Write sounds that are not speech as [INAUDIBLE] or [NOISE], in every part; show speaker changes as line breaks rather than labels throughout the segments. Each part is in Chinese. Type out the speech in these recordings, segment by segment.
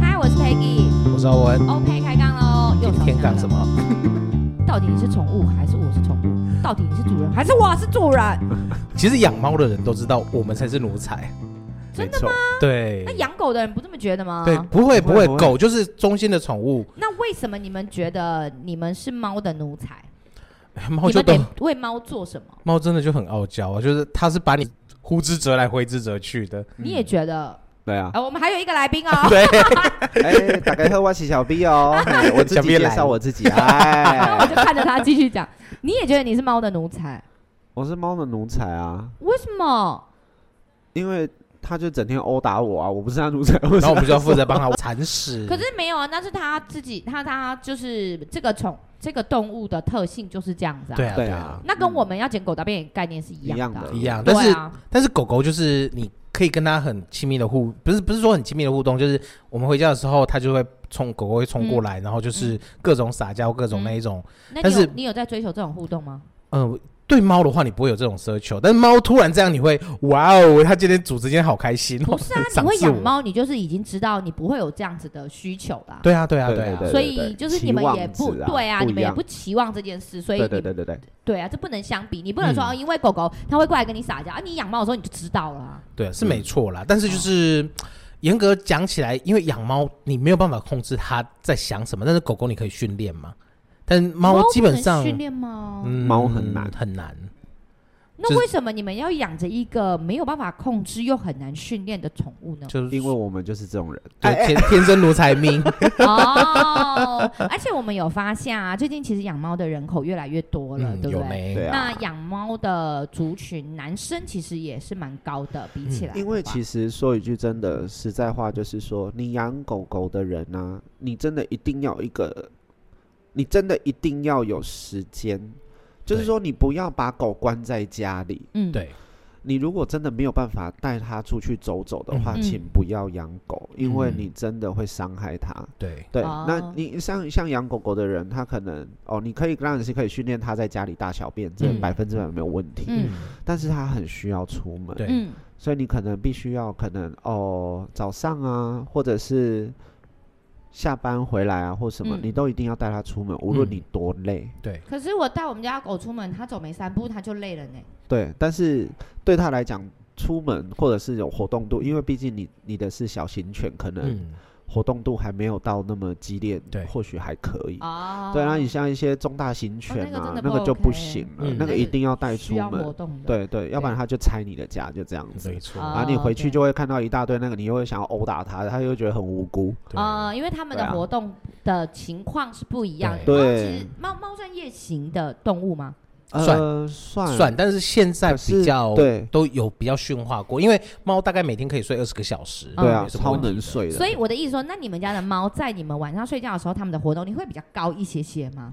嗨，我是 Peggy，
我是欧文，
欧佩开杠喽。又
今天干什
么？
么？
到底你是宠物还是我是宠
[LAUGHS]
物？到底你是主人还是我是主人？
其实养猫的人都知道，我们才是奴才。
真的
没错，
对
那，养狗的人不这么觉得吗？
对，不会不
不
会
会，不会
狗就是中心的宠物， [LAUGHS]
那为什么你们觉得你们是猫的奴才？
哎猫
你
就
们
都
得为猫做什么？
猫真的就很傲娇啊，就是它是把你呼之则来挥之则去的。
你也觉得？
对啊，
啊，我们还有一个来宾哦。
嗯 [LAUGHS] 对，
哎，大家好，我是小 B 哦，
[LAUGHS]
嘿我自
小
己
B 来
介绍我自己，
啊
那我
哎， [LAUGHS]
就看着他继续讲。你也觉得你是猫的奴才？
我是猫的奴才啊，
为什么？
因为他就整天殴打我啊，我不是他奴才，然
然后我们就要负责帮它铲屎。
[LAUGHS] 可是没有啊，那是他自己，他他就是这个宠这个动物的特性就是这样子啊。
对啊
对
对
啊
啊，
那跟我们要捡狗大便概念是一样的啊。
一
一样，但
对
是
啊，
但是狗狗就是你可以跟它很亲密的互，不是不是说很亲密的互动，就是我们回家的时候，它就会冲狗狗会冲过来，
嗯
然后就是各种撒娇，各种那一种。
那
但
你有
是
你有在追求这种互动吗？
嗯、对猫的话你不会有这种奢求，但是猫突然这样你会哇哦，它今天主子今天好开心、哦，，
不是啊你会
赏识
养
我？
猫，你就是已经知道你不会有这样子的需求啦。
对啊对啊对啊，
对
所
对
以
对
就是
期
你们
望
也
值
不
啊
对啊，
不
你
一
们也
样
不期望这件事，所以
对
你
对对对对，
对啊，这不能相比，你不能说、
嗯
哦，因为狗狗它会过来跟你撒娇啊，你养猫的时候你就知道了啊、
对啊是
嗯
没错啦，但是就是。
嗯
严格讲起来，因为养猫你没有办法控制它在想什么，但是狗狗你可以训练嘛。但猫基本
不
上
能，训练吗？
嗯
猫很难
很难。
那
就是？
为什么你们要养着一个没有办法控制又很难训练的宠物呢
就是哎
因为我哎们就是这种人，
对天天生奴才
[LAUGHS]
命，
哦，而且我们有发现啊，最近其实养猫的人口越来越多了，对不
嗯有
对？
没？
对啊
那。养猫的族群，男生其实也是蛮高的，比起来的话，
嗯因为其实说一句真的实在话，就是说，你养狗狗的人呢、你真的一定要一个，你真的一定要有时间，就是
对
说，你不要把狗关在家里。
嗯，
对，
你如果真的没有办法带它出去走走的话，
嗯
请不要养狗，因为
嗯
你真的会伤害它。
对，
对，
哦
那你像像养狗狗的人，他可能哦，你可以当然是可以训练它在家里大小便，这
嗯
百分之百没有问题。
嗯
但是它很需要出门，
对
嗯，
所以你可能必须要可能哦早上啊，或者是下班回来啊，或什么，
嗯
你都一定要带它出门，无论
嗯
你多累。
对，
可是我带我们家狗出门，它走没三步，它就累了呢。
对，但是对他来讲，出门或者是有活动度，因为毕竟你你的是小型犬，可能
嗯，
活动度还没有到那么激烈，
对
或许还可以。
哦，
对，那你像一些中大型犬
那个
啊，
真的
那
不
个就
OK
不行了，
嗯
那个一定要带出
需要活
门。
动的，
对对，要不然
对
他就拆你的家，就这样子。
嗯没错，
啊
啊，你回去
OK
就会看到一大堆那个，你又会想要殴打他，他又觉得很无辜。
对
啊、因为他们
对
的
啊
活动的情况是不一样的。
对
猫其实猫猫算夜行的动物吗？
呃，算
算，但是现在
可是
比较
对
嗯
都有比较驯化过，因为猫大概每天可以睡二十个小时，
对啊，
没什么
超
问题
能
的。
睡的。
所以我的意思说，那你们家的猫在你们晚上睡觉的时候，它们的活动力会比较高一些些吗？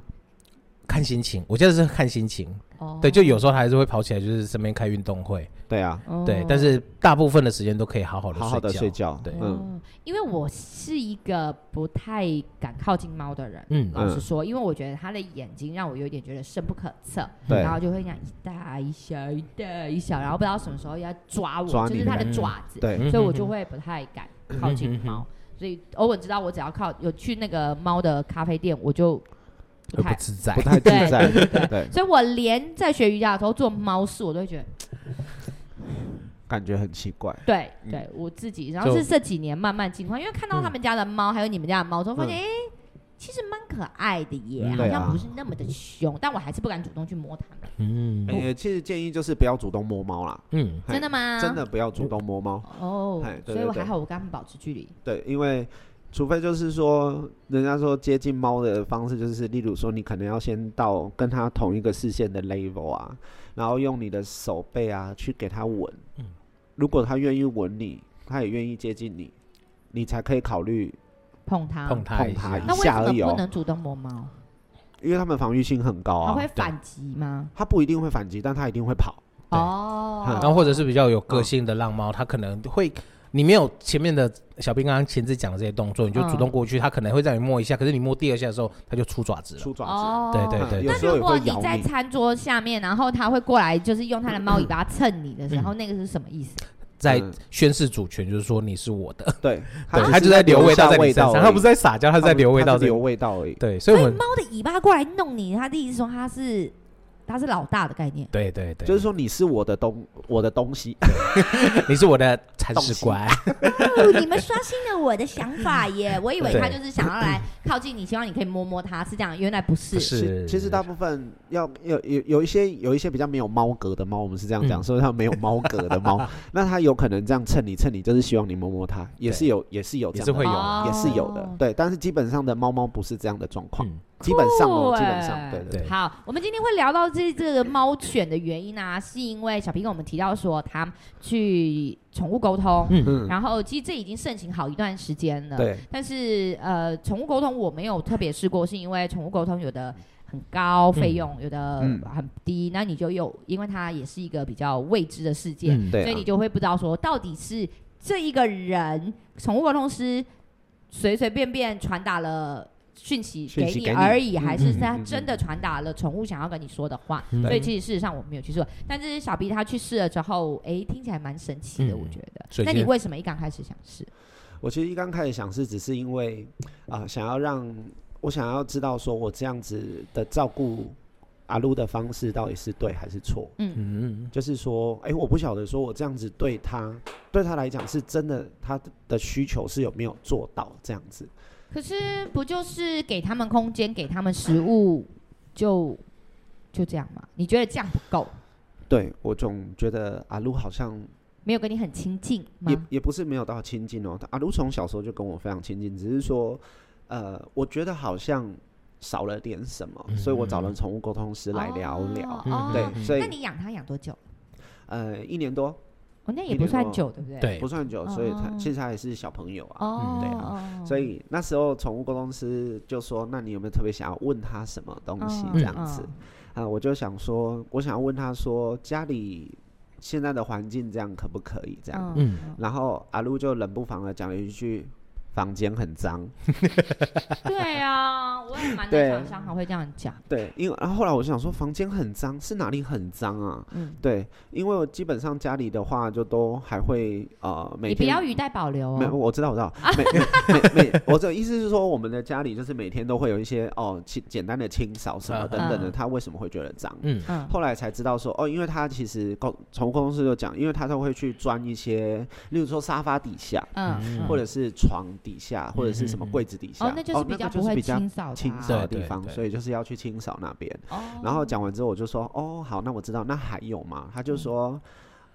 看心情，我觉得是看心情，
哦
对，就有时候它还是会跑起来，就是身边开运动会，
对啊，
哦
对，但是大部分的时间都可以好好的
好好的睡
睡觉，
觉。
对
嗯，
哦因为我是一个不太敢靠近猫的人。
嗯，
老实说，因为我觉得它的眼睛让我有点觉得深不可测，
对
然后就会这样一大一小一大一小，然后不知道什么时候要抓我，
抓你
就是它的
嗯
爪子，
对，
嗯
所以我就会不太敢靠近
嗯
猫。所以偶尔知道我只要靠有去那个猫的咖啡店，我就不
会不
太。
自在
不，太自
对
在。
对
对，
所以我连在学瑜伽的时候做猫式，我都会觉得，
感觉很奇怪。
对
嗯
对，我自己。然后
就是
这几年慢慢进化，因为看到他们家的猫，还有你们家的猫，之后发现，哎，其实蛮可爱的耶，
嗯
好
嗯对啊
像不是那么的凶，但我还是不敢主动去摸它们。
嗯
呃，其实建议就是不要主动摸猫啦，
嗯，
嘿
真的吗？
真的不要主动摸猫。
哦
哎，对
所以我
对对
还好，我跟他们保持距离。
对，因为除非就是说，人家说接近猫的方式就是，例如说你可能要先到跟它同一个视线的 level 啊，然后用你的手背啊去给它闻。
嗯
如果它愿意闻你，它也愿意接近你，你才可以考虑，
碰它，
碰它
碰
一
它
下
一
那为
下
什
而已
么
哦
不能主动摸猫？
因为它们防御性很高
它
啊
会。反击吗？
它不一定会反击，但它一定会跑。
对
哦，
嗯
然后或者是比较有个性的浪猫，它可能会。你没有前面的小兵刚刚前置讲的这些动作，你就主动过去，它可能会让你摸一下，可是你摸第二下的时候，它就出爪子了。
出爪子，
哦，
对对对
嗯有
那
时
如
候也
果
会
你
咬
在
你。
餐桌下面，然后它会过来，就是用它的猫尾巴蹭你的时候，那个是什么意思？
在
嗯
宣示主权，就是说你是我的。
对，
对，
只
它就在留味道
下
在你
味
身上，
道而已，
它不是在撒娇，它
它
是在留味道
啊它是
在你
留味道而已。
对，
所
所以
以
我们
猫的尾巴过来弄你，它的意思说它是它是老大的概
[LAUGHS]
念。
对对对，
就是说你是我的东，我的东西，啊
你是我的铲屎官，
哦，你们刷新了我的想法耶！我以为
对
它就是想要来靠近你，希望你可以摸摸它，是这样，原来不是。
不是嗯
其其实大部分要有有有一些有一些比较没有猫格的猫，我们是这样
[LAUGHS]
讲，
嗯
说它没有猫格的
[LAUGHS]
猫，那它有可能这样蹭你蹭你，就是希望你摸摸它，也是
对
有也是有这
也
样
是
的
会有的。
哦
也是有的
哦，
对，但是基本上的猫猫不是这样的状况，
嗯，
[LAUGHS] 基本上
酷
哦，
欸
基本上，对对
对
好，我们今天会聊到这这个猫犬的原因啊，是因为小皮跟我们提到说他去宠物沟通，
嗯
嗯
然后其实这已经盛行好一段时间了。。
对，
但是呃，宠物沟通我没有特别试过，是因为宠物沟通有的很高费用，有的
嗯
很低，那你就有，因为它也是一个比较未知的世界，
嗯，
对啊
所以你就会不知道说到底是这一个人宠物沟通师随随便便传达了。讯息
讯
给
息
你
给你
而已，还是
嗯
他
嗯嗯
真的传达了宠物想要跟你说的话？
嗯
所以其实事实上我没有去试过，但是小 B 他去试了之后，哎，听起来蛮神奇的，
嗯
我觉得
所。以
那
今
你
天
为什么一刚开始想试？
我其实一刚开始想是只是因为啊、想要让我想要知道说我这样子的照顾阿撸的方式到底是对还是错，
嗯，
就是说，哎、我不晓得说我这样子对他对他来讲是真的，他的需求是有没有做到这样子，
可是不就是给他们空间，给他们食物，就就这样吗？你觉得这样不够，
对我总觉得阿撸好像
没有跟你很亲近吗
也？也不是没有到亲近哦。阿卢从小时候就跟我非常亲近，只是说，呃，我觉得好像少了点什么，所以我找了宠物沟通师来聊聊。
哦
嗯
哦
对，所以
那你养它养多久？
呃，一年多
哦，那
一
也不
年
算
多
久，对不对？。
对
不，算久，所以他
哦
其实他还是小朋友啊。
哦，
对
啊
所以那时候宠物沟通师就说：“那你有没有特别想要问他什么东西？”
哦
这样子，
嗯
啊、我就想说，我想要问他说，家里现在的环境这样可不可以？这样，
嗯
然后阿卢就冷不防的讲了一句：“房间很脏。”
对啊，我也蛮
对
难想象他会这样讲。
对，因为然后后来我想说，房间很脏，是哪里很脏啊？
嗯，
对，因为我基本上家里的话，就都还会呃每
你不要
天。
语带保留
没有，
哦。
我知道，
[LAUGHS]
我知道。每每每每，我的意思是说，我们的家里就是每天都会有一些哦，清简单的清扫什么
嗯
等等的。
嗯
他为什么会觉得脏？
嗯
嗯，
后来才知道说，哦，因为他其实公从公司就讲，因为他都会去钻一些，例如说沙发底下，
嗯，
或
者
者是床底下，或者是什么
嗯嗯嗯
柜子底下。
哦，那就是
那
比
个
较
就
不
是
会
比较
清扫它啊
清扫的
对
地
对
方，
对
所以就是要去清扫那边。
哦，
然后讲完之后，我就说哦，好，那我知道，那还有吗？他就
嗯
说，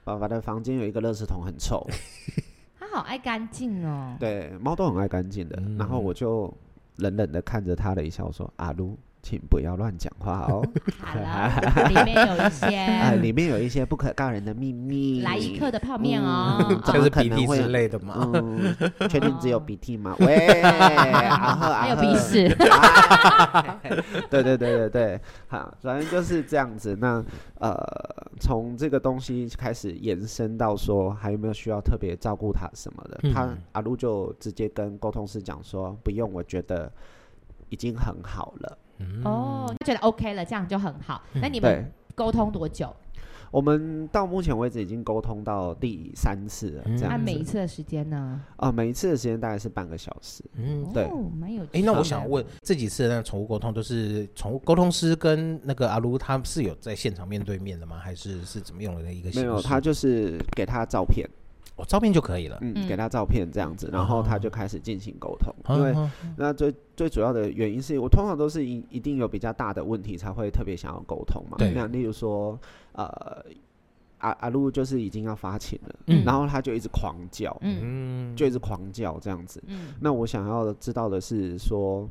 爸爸的房间有一个垃圾桶很臭，
他好爱干净
[LAUGHS]
哦。
对，猫都很爱干净的。然后我就冷冷的看着他了一下，我说阿鲁，请不要乱讲话
[LAUGHS]
哦，
好了，里面有一
[LAUGHS] 啊，
些
里面有一些不可告人的秘密。
来一克的泡面哦
嗯。
哦
怎
就
么
是
可
鼻
能
涕
会
之类的嘛。
嗯，确定只有鼻
[LAUGHS]
涕吗？喂，啊阿赫阿
还有
赫，
鼻屎，
对对对对对，好，反正就是这样子。那呃，从这个东西开始延伸到说，还有没有需要特别照顾他什么的？他
嗯
阿路就直接跟沟通师讲说，不用，我觉得已经很好了。
嗯
哦，觉得 OK 了，这样就很好。那你
对
们，沟通多久？
我们到目前为止已经沟通到第三次了，这
按
样
啊每一
子。
次的时间呢？
啊、每一次的时间大概是半个小时。
嗯，
对
哦，蛮有趣的。
哎，那我想问，这几次的那个宠物沟通，就是宠物沟通师跟那个阿卢，他们是有在现场面对面的吗？还是是怎么用的一个形
没
式？
有，他就是给他照片，
我照片就可以了。
嗯，
嗯
给他照片这样子，然后他就开始进行沟通，因为
嗯
那最最主要的原因是我通常都是一一定有比较大的问题才会特别想要沟通嘛。
对
那例如说，呃，阿阿路就是已经要发情了，
嗯
然后他就一直狂叫，
嗯
嗯，
就一直狂叫这样子。
嗯，
那我想要知道的是说，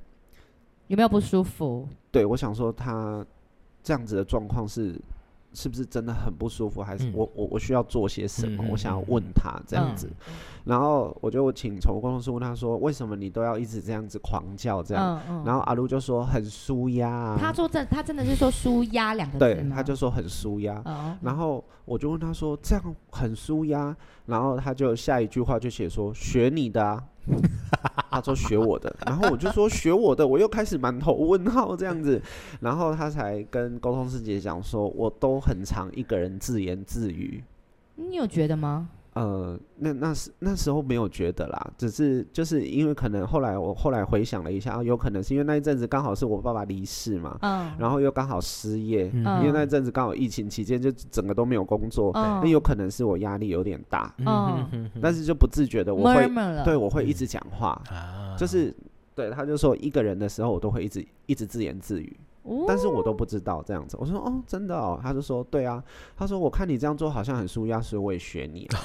有没有不舒服？
对我想说他这样子的状况是。是不是真的很不舒服？还是
嗯
我我我需要做些什么？
嗯嗯
我想要问
嗯嗯
他这样
嗯
子，然后我就请宠物工程师问他说：“为什么你都要一直这样子狂叫这样？”
嗯嗯
然后阿卢就说很舒压、啊，
他说真，他真的是说舒压两个字
对，
吗？
他就说很舒压。
哦，
然后我就问他说这样很舒压，然后他就下一句话就写说学你的啊，他说学我的，然后我就说学我的，我又开始满头问号这样子，然后他才跟沟通师姐讲说我都很常一个人自言自语，
嗯你有觉得吗？
呃，那那时那时候没有觉得啦，只是就是因为可能后来我后来回想了一下，啊有可能是因为那一阵子刚好是我爸爸离世嘛，
嗯，
然后又刚好失业，
嗯
嗯
因为那一阵子刚好疫情期间就整个都没有工作，
嗯
那有可能是我压力有点大，
嗯
嗯
哼哼哼
但是就不自觉的我
murmur
会
了，
对我会一直讲话，
啊
就是对他就说一个人的时候我都会一直一直自言自语，
哦，
但是我都不知道这样子。我说哦，真的哦，他就说对啊，他说我看你这样做好像很舒压，所以我也学你啊。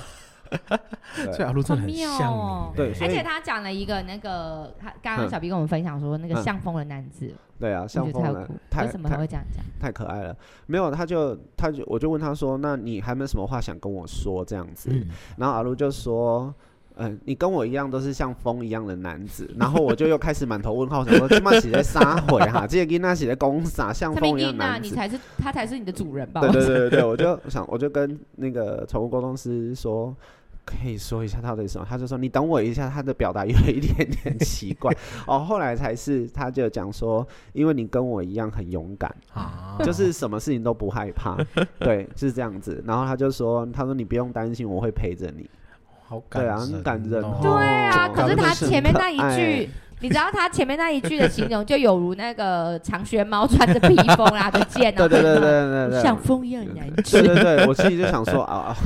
这
对
条路真的很
好妙
像
哦
你，
对所
而
以
且他讲了一个那个，他刚刚
嗯
小 B 跟我们分享说那个
嗯
像风的男子，
对啊，
我
像
觉得
风
太
人
酷，
太
为什么他
太
会这样讲？
太可爱了。没有，他就他就我就问他说，那你还没有什么话想跟我说这样子？
嗯
然后阿卢就说。嗯，你跟我一样都是像风一样的男子，然后我就又开始满头问号，想说这妈写在撒谎哈，这个跟那写在公傻，像
蔡
风
明
一样
英呐，
男
啊你
子。
才是他才是你的主人吧？
对对对对对，我就想，我就跟那个宠物沟通师说，可以说一下他的什么？他就说你等我一下，他的表达有一点点奇怪。哦，后来才是他就讲说，因为你跟我一样很勇敢，
[LAUGHS] 啊，
就是什么事情都不害怕，对，是这样子。然后他就说，他说你不用担心，我会陪着你。
好感
对啊，
人
很
哦
感人哦。
对啊，
哦
可是
真的
他
是
前面那一
很可爱
句，你知道他前面那一句的形容，就有如那个长靴猫穿着披风啦的剑啊，
[LAUGHS] 对对对对对对，
像风一样难
对
治。
对对，我心里就想说啊啊，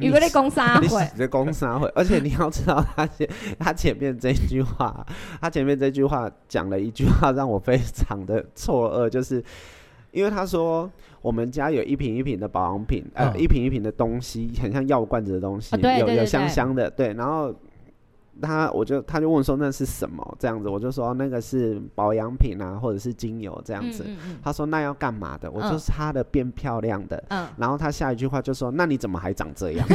如果在攻杀
[LAUGHS] 你
啊会，
死的公司
[LAUGHS]
啊会，而且你要知道他前 [LAUGHS] 他前面这句话，他前面这句话讲了一句话让我非常的错愕，就是 [LAUGHS] 因为他说我们家有一瓶一瓶的保养品，呃，
嗯
一瓶一瓶的东西，很像药罐子的东西，
啊哦对
有
对
有
对
香
对
香的，对，然后。他我就他就问说那是什么这样子，我就说哦那个是保养品啊，或者是精油这样
嗯
子。
嗯嗯
他说那要干嘛的？我说
嗯
擦的变漂亮的。
嗯，
[LAUGHS] 然后他下一句话就说：“那你怎么还
[LAUGHS]
长这样？”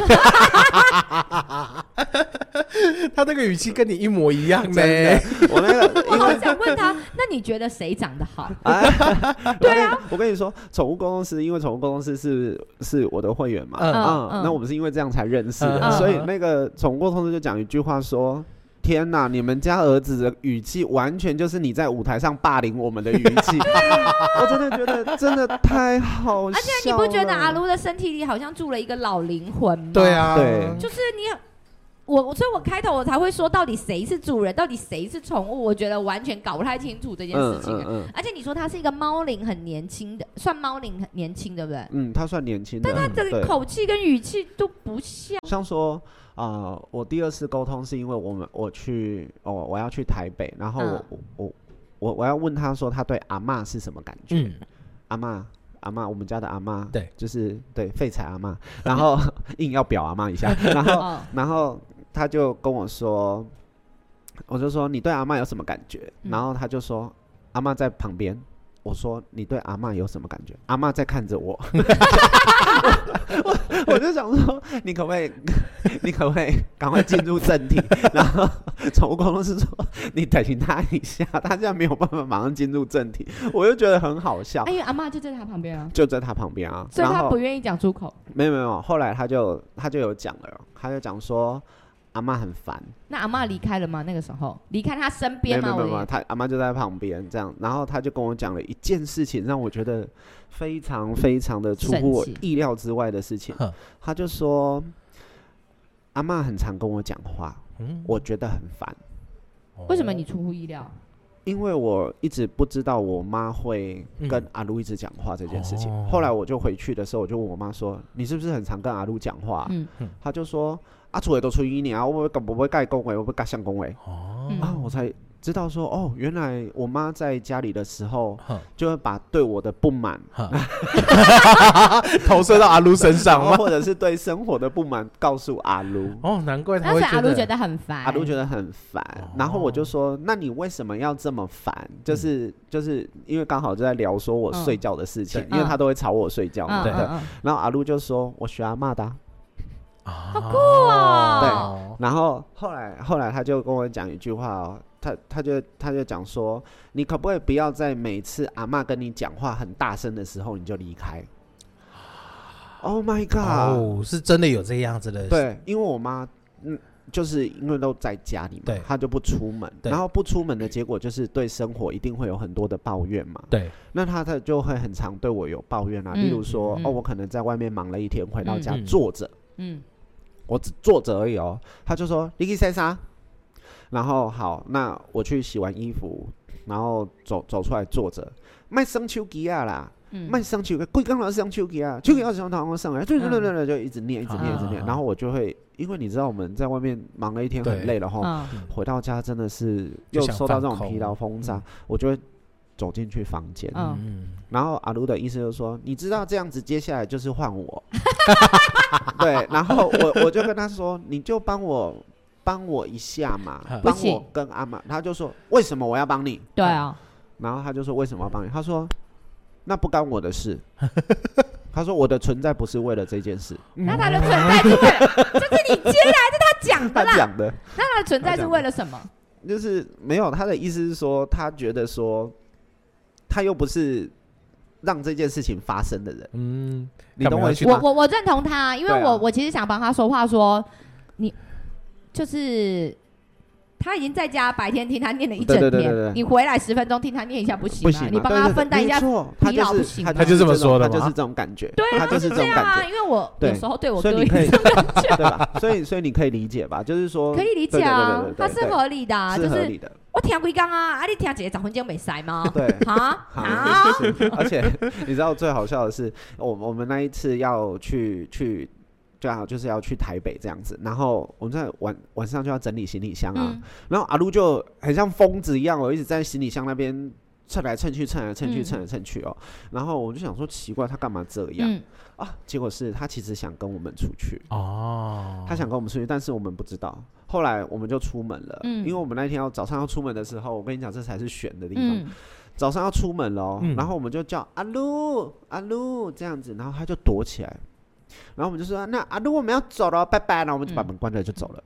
他那个语气跟你一模一样呢，
真的，我那个
我
因
好
为
想问他，那你觉得谁长得好？
对啊， [LAUGHS] 我跟你说，宠物沟通师，因为宠物沟通师是是我的会员嘛，
嗯
嗯
嗯，那我们是因为这样才认识的，
嗯
所以那个宠物沟通师就讲一句话说。天呐！你们家儿子的语气完全就是你在舞台上霸凌我们的语
[LAUGHS]
气，我真的觉得真的太好笑啊
而且你不觉得阿？卢的身体里好像住了一个老灵魂吗？
对，啊，
对
就是你。我我所以，我开头我才会说，到底谁是主人，到底谁是宠物？我觉得完全搞不太清楚这件
嗯
事情
嗯
啊。
嗯
而且你说它是一个猫龄很年轻的，算猫龄很年轻，对不对？
嗯，他算年轻的，
但它
对
的口气跟语气都不像。
像说啊、呃我第二次沟通是因为我们我去哦，我要去台北，然后我、我我我要问他说他对阿嬷是什么感觉？
嗯，
阿嬷阿嬷，我们家的阿嬷，
对，
就是对废柴阿嬷，然后 [LAUGHS] 硬要表阿嬷一下，然后
哦，
然后他就跟我说，我就说你对阿嬷有什么感觉？
嗯
然后他就说阿嬷在旁边。我说你对阿嬷有什么感觉？阿嬷在看着我， [LAUGHS] 我我就想说，你可不可以， [LAUGHS] 你可不可以赶快进入正题？ [LAUGHS] 然后宠物沟通师说，你等他一下，他现在没有办法马上进入正题，我就觉得很好笑
哎。因为阿妈就在他旁边啊，
就在他旁边啊。
所以
然
他
后
不愿意讲出口。
没有没有没有，后来他就他就有讲了，他就讲说阿妈很烦，
那阿妈离开了吗？那个时候离开他身
没有
边吗？
没有没
我
有
的
没有，
意
他阿妈就在旁边这样，然后他就跟我讲了一件事情，让我觉得非常非常的出乎我
神奇
意料之外的事情
哼。
他就说阿妈很常跟我讲话，
嗯
我觉得很烦，
为什么
哦
你出乎意料？
因为我一直不知道我妈会跟阿露一直讲话这件事情。
哦
后来我就回去的时候，我就问我妈说：“你是不是很常跟阿露讲话啊、
嗯
他就说啊，厝里都催你啊，我不敢不会盖恭维，我不敢想恭维
哦，
嗯
啊，我才知道说哦，原来我妈在家里的时候
哼
就会把对我的不满，
哼 [LAUGHS] 投射到阿卢身
然
上
后
吗？
或者是对生活的不满告诉阿卢，
哦，难怪他
那
会
是阿卢
得
觉得很烦。
阿卢觉得很烦，然后我就说，那你为什么要这么烦？就是就是因为刚好就在聊说我
嗯
睡觉的事情，
对
因为他都会吵我睡觉嘛，
嗯
对
嗯
对。
嗯，
然后阿卢就说，我学阿妈的啊、
好酷
哦，
然后后来后来他就跟我讲一句话哦，他他就他就讲说，你可不可以不要在每次阿嬷跟你讲话很大声的时候你就离开？Oh my god！、
哦，是真的有这样子的，，
对，因为我妈嗯，就是因为都在家里嘛
对，
她就不出门，
对
然后不出门的结果就是对生活一定会有很多的抱怨嘛。
对，
那她她就会很常对我有抱怨啊，
嗯
例如说、
嗯
哦，我可能在外面忙了一天，回到家
嗯嗯
坐着。
嗯，
我只坐着而已哦。他就说你去晒啥？然后好，那我去洗完衣服，然后走走出来坐着，卖生手机啊啦，
嗯
卖生手机，贵刚老师生手机啊，手机要从头上来，对对对对对，就一直念一直念一直念，
啊
然后我就会，因为你知道我们在外面忙了一天
对
很累了哈，
嗯
回到家真的是
就
又
想
受到这
放
种疲劳轰炸，我就会走进去房间，
嗯，
嗯，
然后阿卢的意思就是说，你知道这样子，接下来就是换我。 [LAUGHS] 对，然后我我就跟他说，你就帮我帮我一下嘛
嗯，
不
帮
行
我跟阿妈。他就说，为什么我要帮你？
对啊，
然后他就说，为什么要帮你？他说，那不干我的事。他说我的存在不是为了这件事，
那他的存在是为了， [LAUGHS] 就是你接来是他讲的
他
啦，
讲的
那他的存在是为了什么？
就是没有他的意思是说，他觉得说，他又不是让这件事情发生的人，
嗯，
你懂我意思
我
吗？
我我认同他，因为
对啊
我、我其实想帮他说话说你就是他已经在家白天听他念了一整天，
对对对对对
你回来十分钟听他念一下不行吗？啊
不行嘛，啊
你帮
对
他
对对
分担一下
没错他
疲劳
就
不
是
行
他
吗
他就是这么
种
说的
他就
嘛
是这种感觉，
对啊，
他就是是
这
种
样啊，
感
因为我有
对
时候对我
所以
哥
你
也
可以
是这种感觉，
觉，对吧？所以所以你可以理解吧，就是说
[LAUGHS] 可以理解
对对对
啊
对，
他
对对
是合理的、啊，
是
就
合
是
理的，
我听龟刚啊，啊你听姐早婚间没塞吗？ [LAUGHS]
对。
啊
好
啊，
是 [LAUGHS] 而且你知道最好笑的是，我我们那一次要去去，最好就是要去台北这样子，然后我们在晚晚上就要整理行李箱啊，
嗯
然后阿路就很像疯子一样，我一直在行李箱那边蹭来蹭去，蹭来蹭去，
嗯
蹭来蹭去哦，然后我就想说奇怪，他干嘛这样、
嗯，
啊？结果是他其实想跟我们出去，
哦，
他想跟我们出去，但是我们不知道。后来我们就出门了，
嗯
因为我们那天要早上要出门的时候，我跟你讲，这才是选的地方。
嗯
早上要出门了哦、
嗯
然后我们就叫阿鲁阿鲁这样子，然后他就躲起来，然后我们就说那阿鲁我们要走了，拜拜，然后我们就把
嗯
门关了就走了。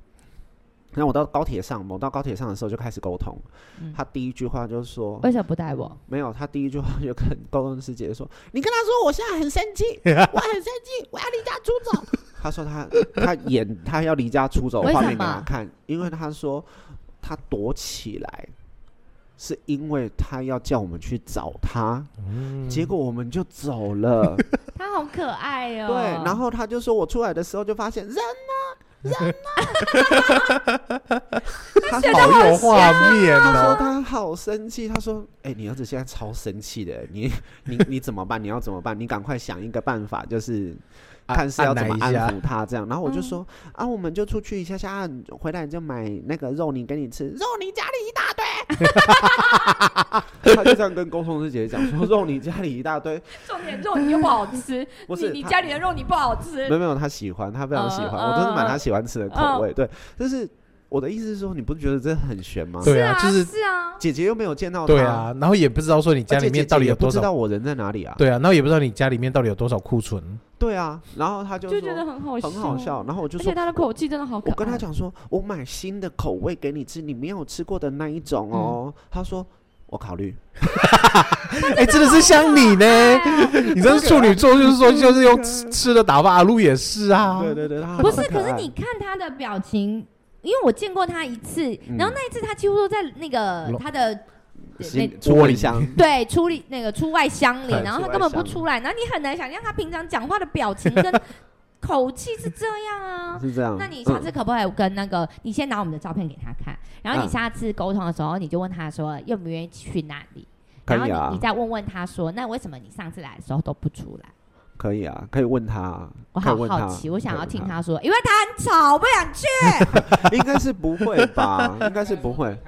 然后我到高铁上，我到高铁上的时候就开始沟通，
嗯
他第一句话就说
为什么不带我？
没有，他第一句话就跟高中师姐说：“你跟他说我现在很生 [LAUGHS] 气，我很生气，我要离家出走。” [LAUGHS] 他说他他演他要离家出走的
为
画
什
面给他
么
看，因为他说他躲起来，是因为他要叫我们去找他，
嗯
结果我们就走了。
他好可爱哦。
对，然后他就说我出来的时候就发现人呢，人呢、 [LAUGHS] 他
好有画面
他说
哦，
他好生气，他说：“哎、你儿子现在超生气的， [LAUGHS] 你你你怎么办？你要怎么办？你赶快想一个办法，就是
啊
看是要怎么
按
安
哪一下
抚他这样。”然后我
嗯
就说：“啊，我们就出去一下下，啊你回来你就买那个肉泥给你吃，肉泥家里一大堆。” [LAUGHS] 他就这样跟沟通师姐姐讲说：“肉泥家里一大
[LAUGHS]
堆，
重点肉你又不好吃，
不是
你你
他
家里的肉你不好吃
没，有没有，他喜欢，他非常喜欢，
嗯
我都是买
嗯
他喜欢吃的口味。对，就是我的意思是说，你不觉得这很悬吗？
对
啊
啊，就是
是啊，
姐姐又没有见到他，
对啊，然后也不知道说你
而
家
且
里
姐
面
姐
到底
也
有
不
多
知
少，
道我人在哪里啊？
对啊，然后也不知道你家里面到底有多少库存，
对啊，然后他就
就
说
觉得很好笑，
很好笑，，然后我就
而
说
且，他的口气真的好可爱。
我跟他讲说，我买新的口味给你吃，你没有吃过的那一
嗯
种哦。他说我考虑，
哎，真的是像你呢，
哎，
[LAUGHS]
你真是处女座，就是说就是用吃吃的打发阿路也是啊，
啊对对对，他
[LAUGHS]
很
不是，
可
可是
爱
你看他的表情。因为我见过他一次，
嗯
然后那一次他几乎都在那个
笼
他的
行
那
出
玻
蚊
璃
香，
对出里那个出外乡里，
哎
然后他
出外
根本不
乡
出来，然后你很难想象他平常讲话的表情跟口气是这样啊。
[LAUGHS] 是这样。
那你下次
嗯
可不可以跟那个，你先拿我们的照片给他看，然后你
嗯
下次沟通的时候，你就问他说愿不愿意去那里，
可
然后
以
你、你
啊，
再问问他说，那为什么你上次来的时候都不出来？
可以啊，可以问他，
我
可以
好
问
好
他
奇，我想要听，
可以
他说，因为他很吵，我不想去。
问他应该是不会吧？应该是不会，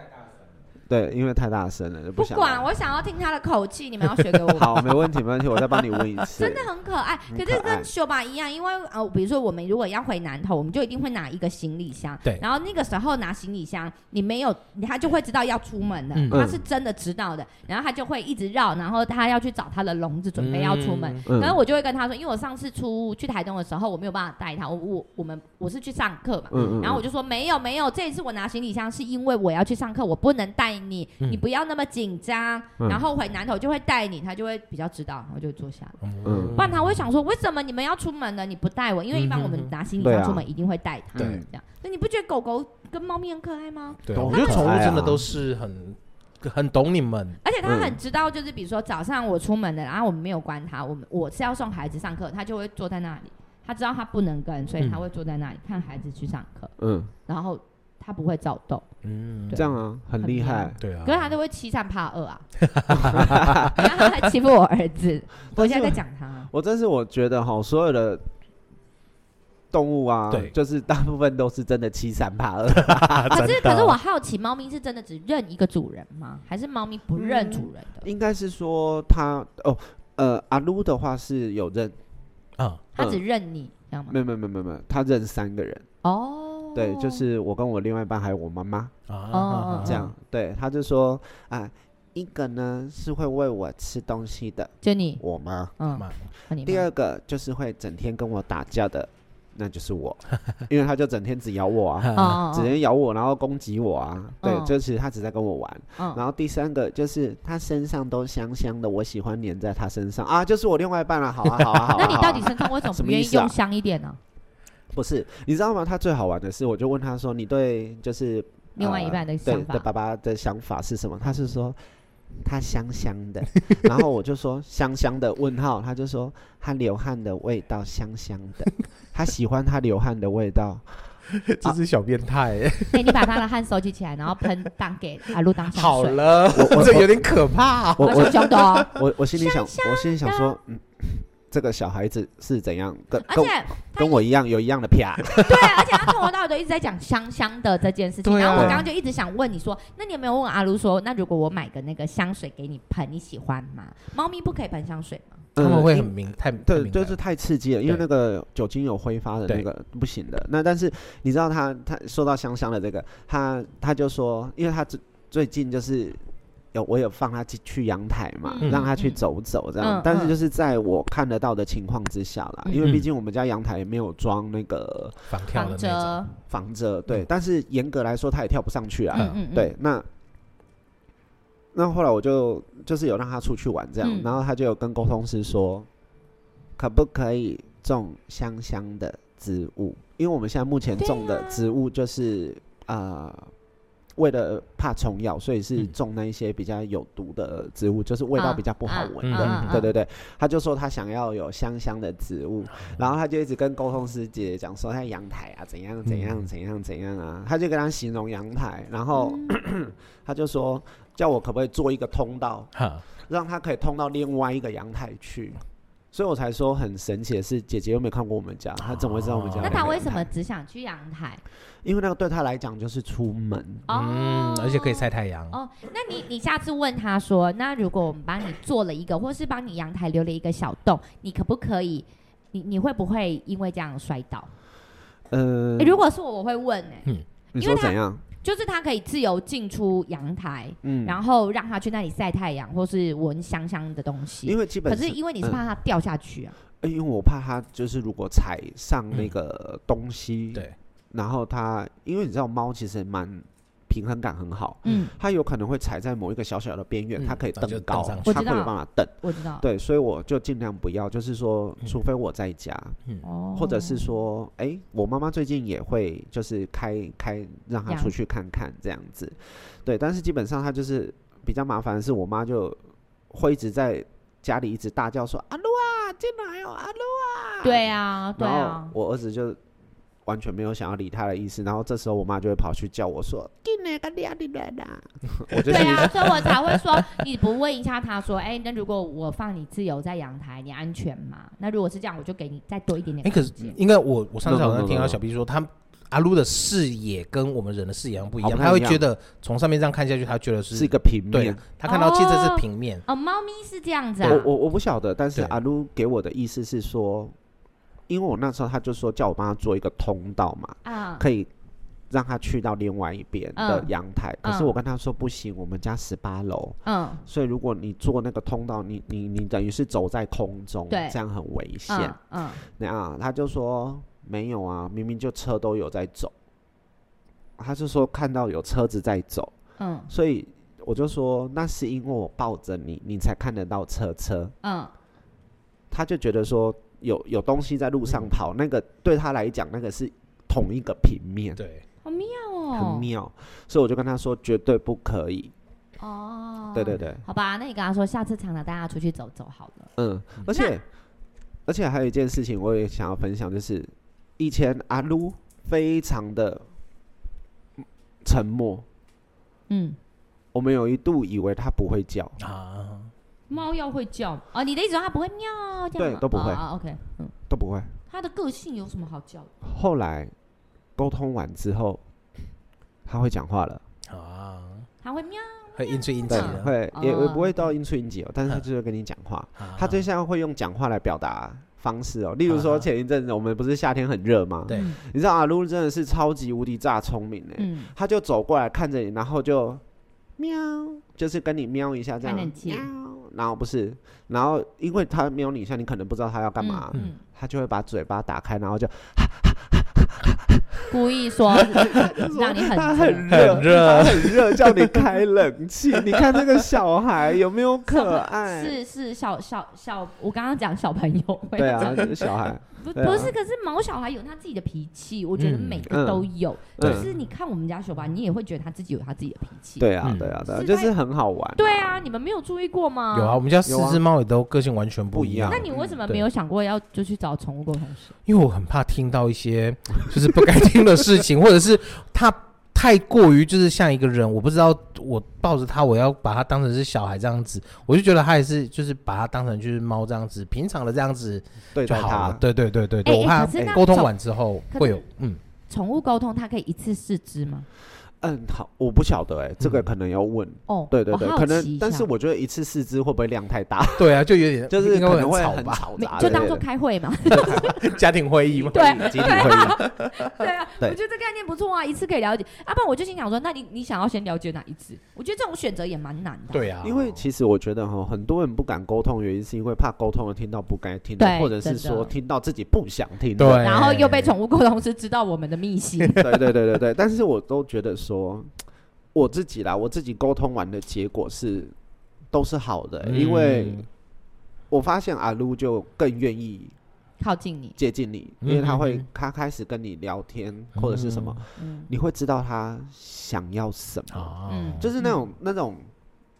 对，因为太大声了，就
不
想啊
管，
了。
我想要听他的口气，你们要学给我。
好，没问题，没问题，我再帮你问一次。
真的很可爱，
很
可
可
是
爱
跟修吧一样，因为呃，比如说我们如果要回南头，我们就一定会拿一个行李箱。
对
然后那个时候拿行李箱，你没有，他就会知道要出门了，
嗯
他是真的知道的。然后他就会一直绕，然后他要去找他的笼子，准备要出门。
嗯，
然后
嗯
我就会跟他说，因为我上次出去台东的时候，我没有办法带他，我我我们我是去上课嘛，
嗯嗯
然后我
嗯
就说没有没有，这一次我拿行李箱是因为我要去上课，我不能带你，
嗯
你不要那么紧张。
嗯
然后回南头就会带你，他就会比较知道，然后就坐下来。
嗯
不然他会想说，为什么你们要出门呢？你不带我？因为一般我
嗯哼
们
哼
拿行李
对
箱
啊
出门一定会带他，
对
这样。那你不觉得狗狗跟猫咪很可爱吗？
对，
懂
我觉得
很
宠物
可爱
真的
啊
都是很很懂你们，
而且他很
嗯
知道，就是比如说早上我出门了，然后我们没有关他，我们我是要送孩子上课，他就会坐在那里，他知道他不能跟，所以
嗯
他会坐在那里看孩子去上课，
嗯，
然后他不会躁动，
嗯，
对
这样啊，很
很
厉
厉害
害。
对啊，
可是他都会欺善怕恶
[LAUGHS]
啊，然后他还欺负我儿子，我现在在讲他，
我真是我觉得哈，所有的动物啊，
对
就是大部分都是真的欺善怕恶。
啊可是
啊真的
可是我好奇，猫咪是真的只认一个主人吗？还是猫咪不认主人的？
应该是说它哦，呃，阿撸的话是有认，
啊，
它只认你，这样吗
嗯没？有没有没有没有没有，它认三个人。
哦，
对，就是我跟我另外一半还有我妈妈
啊
哦哦
这样。对，他就说啊，一个呢是会喂我吃东西的，
就你，
我妈；
嗯，
妈
和你
第
妈
二个就是会整天跟我打架的，那就是我，因为他就整天只咬我啊。
哦
啊，
哦，
整天咬我，然后攻击我啊！对，
嗯
就其实他只在跟我玩。
嗯
然后第三个就是他身上都香香的，我喜欢黏在他身上啊，就是我另外一半了、好啊，
[LAUGHS]
好啊，好啊。
那你
好啊
到底身上为什么
什
不
么
愿
意
意
思啊
用香一点呢？
不是，你知道吗？他最好玩的是，我就问他说：“你对就是
另外一半的
呃
想
对
法
的爸爸的想法是什么？”他是说他香香
[LAUGHS]
的，然后我就说香香的问号，他就说他流汗的味道香香的，他喜欢他流汗的味
[LAUGHS]
道。
[LAUGHS] 这是小变态欸，
哎，你把他的汗收集起来，然后喷当给阿露当香
[LAUGHS] 好
水，
了，
我
[LAUGHS] 这有点可怕。
我我
凶凶的
[LAUGHS]
哦。
我我心里想，我心里想说，嗯，这个小孩子是怎样跟
而
跟
且
跟我一样有一样的啪？
对，啊而且他从头到尾都一直在讲香香的这件事情。
对啊
然后我刚刚就一直想问你说，那你有没有问阿卢说，那如果我买个那个香水给你喷，你喜欢吗？猫咪不可以喷香水吗？
他们会
嗯
很敏太太
对，
敏
就
感
是太刺激了，因为
对
那个酒精有挥发的那
对
个不行的。那但是你知道他他说到香香的这个，他他就说，因为他最最近就是有我有放他去去阳台嘛，
嗯
让他去
嗯
走走这样。
嗯
但是
嗯
就是在我看得到的情况之下啦，因为
嗯
毕竟我们家阳台没有装那个
防跳
防
的那种，
遮，
防遮，
嗯
对，但是严格来说他也跳不上去啊。
嗯嗯嗯，
对，那那后来我就就是有让他出去玩这样，
嗯
然后他就有跟沟通师说，可不可以种香香的植物？因为我们现在目前
对
种的
啊
植物就是啊、呃为了怕虫咬，所以是
嗯
种那一些比较有毒的植物，就是味道
啊
比较不好
啊
闻
啊
的。
啊
对对对，他就说他想要有香香的植物，然后他就一直跟沟通师姐姐讲说他阳台啊怎样怎样
嗯
怎样怎样啊，他就跟他形容阳台，然后
嗯，
[CLEARS THROAT] 他就说叫我可不可以做一个通道，
哈，
让他可以通到另外一个阳台去。所以我才说很神奇的是，姐姐又没看过我们家，她怎么会知道我们家有
哦那
两个
他
阳台？
为什么只想去阳台？
因为那个对她来讲就是出门。
哦
嗯，，而且可以。晒太阳，
哦，那你你下次问他说，那如果我们帮你做了一个，或是帮你阳台留了一个小洞，你可不可以？你你会不会因为这样摔倒？
呃
诶，如果是我，我会问哎、
你
因
说
为
怎
她
样？
就是它可以自由进出阳台，
嗯，
然后让它去那里晒太阳，或是闻香香的东西
因。为基本嗯
可是因为你是怕它掉下去啊，
呃因为我怕他就是如果踩上那
嗯
个东西，
对，
然后他因为你知道猫其实蛮平衡感很好，
嗯，
它有可能会踩在某一个小小的边缘，
嗯
它可以
然后就
蹬高
蹬上，
去
它会有办法蹬。
我知道。
对，所以我就尽量不要，就是说，
嗯
除非我在家，
哦，
或者是说，哎、我妈妈最近也会就是开开让她
养
出去看看这样子，对，但是基本上她就是比较麻烦的是，我妈就会一直在家里一直大叫说阿露啊进来哦阿露啊，
对啊，对
然
啊
后，我儿子就完全没有想要理他的意思，然后这时候我妈就会跑去叫我
[LAUGHS]
说进来个俩你来啦，我就
对
心里
啊，所以我才会说，你不问一下他说，哎，那如果我放你自由在阳台，你安全
[LAUGHS]
吗？那如果是这样，我就给你再多一点点
哎，可
空
是
间。
应该我我上次
No, no,
好像听
no,
到
no.
小 B 说，他阿鲁的视野跟我们人的视野好像不一
好
样，
哦不
他
太一
会
样
觉得从上面这样看下去，他觉得
是一
是
个平
对
面
啊。，他看到其实这
哦
是平面，
哦，猫咪是这样子啊，
我我我不晓得，但是
对
阿鲁给我的意思是说，因为我那时候他就说叫我帮他做一个通道嘛，
啊，
可以让他去到另外一边的
嗯
阳台。可是
嗯
我跟他说不行，我们家十八楼，
嗯
所以如果你做那个通道，你你你等于是走在空中，
对
这样很危险。
嗯嗯，
那样他就说没有啊，明明就车都有在走。他是说看到有车子在走，
嗯
所以我就说那是因为我抱着你，你才看得到车车。
嗯，
他就觉得说有有东西在路上跑，那个对他来讲那个是同一个平面，
对，
好妙哦，
很妙。所以我就跟他说绝对不可以。
哦，
对对对，
嗯
好吧，那你跟他说，下次常常带他出去走走好了。
嗯，而且而且还有一件事情，我也想要分享，就是以前阿撸非常的沉默，
嗯，
我们有一度以为它不会叫，
啊，
猫要会叫哦，你的意思说它不会喵这样吗？
对都不会
啊、o k 嗯，
都不会。
它的个性有什么好叫的？
后来沟通完之后，它会讲话了，
它会喵，
啊会应对应急
对，
了
会也也
哦
不会到音出音节哦，但是它就会跟你讲话。
嗯啊
它对象会用讲话来表达方式哦，例如说前一阵子我们不是夏天很热吗？
对
你知道阿撸真的是超级无敌炸聪明哎、
嗯，
他就走过来看着你，然后就喵，就是跟你喵一下这样，
看冷气
喵，然后不是，然后因为他喵你一下，你可能不知道他要干嘛，
嗯，
他就会把嘴巴打开，然后就
嗯故意
[LAUGHS]
说让你
他
很
很
热
很热
他很热，叫你开冷
[LAUGHS]
气。你看这个小孩有没有可爱？
是是小小小，我刚刚讲小朋友会
对啊，这个
[LAUGHS]
小孩，
不
对啊
不是，可是毛小孩有他自己的脾气，我觉得
嗯
每个都有。
嗯
可是你看我们家小吧，你也会觉得他自己有他自己的脾气。
对啊
嗯，
对啊，对啊，
是
就是很好玩。
对啊，你们没有注意过吗？
有啊，我。们家四
有啊
只猫也都个性完全不一样
啊
那，你为什么
对
没有想过要就去找宠物沟通师？
因为我很怕听到一些 [LAUGHS] 就是不该听的事情，或者是它太过于就是像一个人，我不知道我抱着它，我要把它当成是小孩这样子，我就觉得它也是就是把它当成就是猫这样子，平常的这样子
对
就
待
好啊了
他。，
对对对对
哎
对，我怕
可是那
沟通
宠
完之后
可是
会有嗯
宠物沟通，它可以一次四只吗？
嗯，好，我不晓得哎，这个
嗯
可能要问。
哦，
对对
我
对，
好
可
奇哦
能，
一
但是
下
我觉得一次四肢会不会量太大？
对啊，就有点
就
[LAUGHS]
是
应该
可能会
吵
很
吧，
吵
没
杂
就
之类的，啊
当做开会
[LAUGHS]
嘛。
家庭会议嘛，
对啊
集体会议。
对啊，我
对
觉得这概念不错啊，一次可以了解。啊，不然我就心想说，那你你想要先了解哪一只？我觉得这种选择也蛮难的。
对啊，
因为其实我觉得哈，很多人不敢沟通，原因是因为怕沟通的听到不该听的，
对
或者是
真的
说听到自己不想听
对，
的。
然后又被
哎
宠物沟通师知道我们的秘辛。
[LAUGHS] 对对对对对。但是我都觉得说，我自己啦，我自己沟通完的结果是都是好的，
嗯
因为我发现阿撸就更愿意
靠近你，
接近你，
嗯
因为他会
嗯
他开始跟你聊天或者是什么，
嗯，
你会知道他想要什么。
啊，
嗯
哦就是那种、那种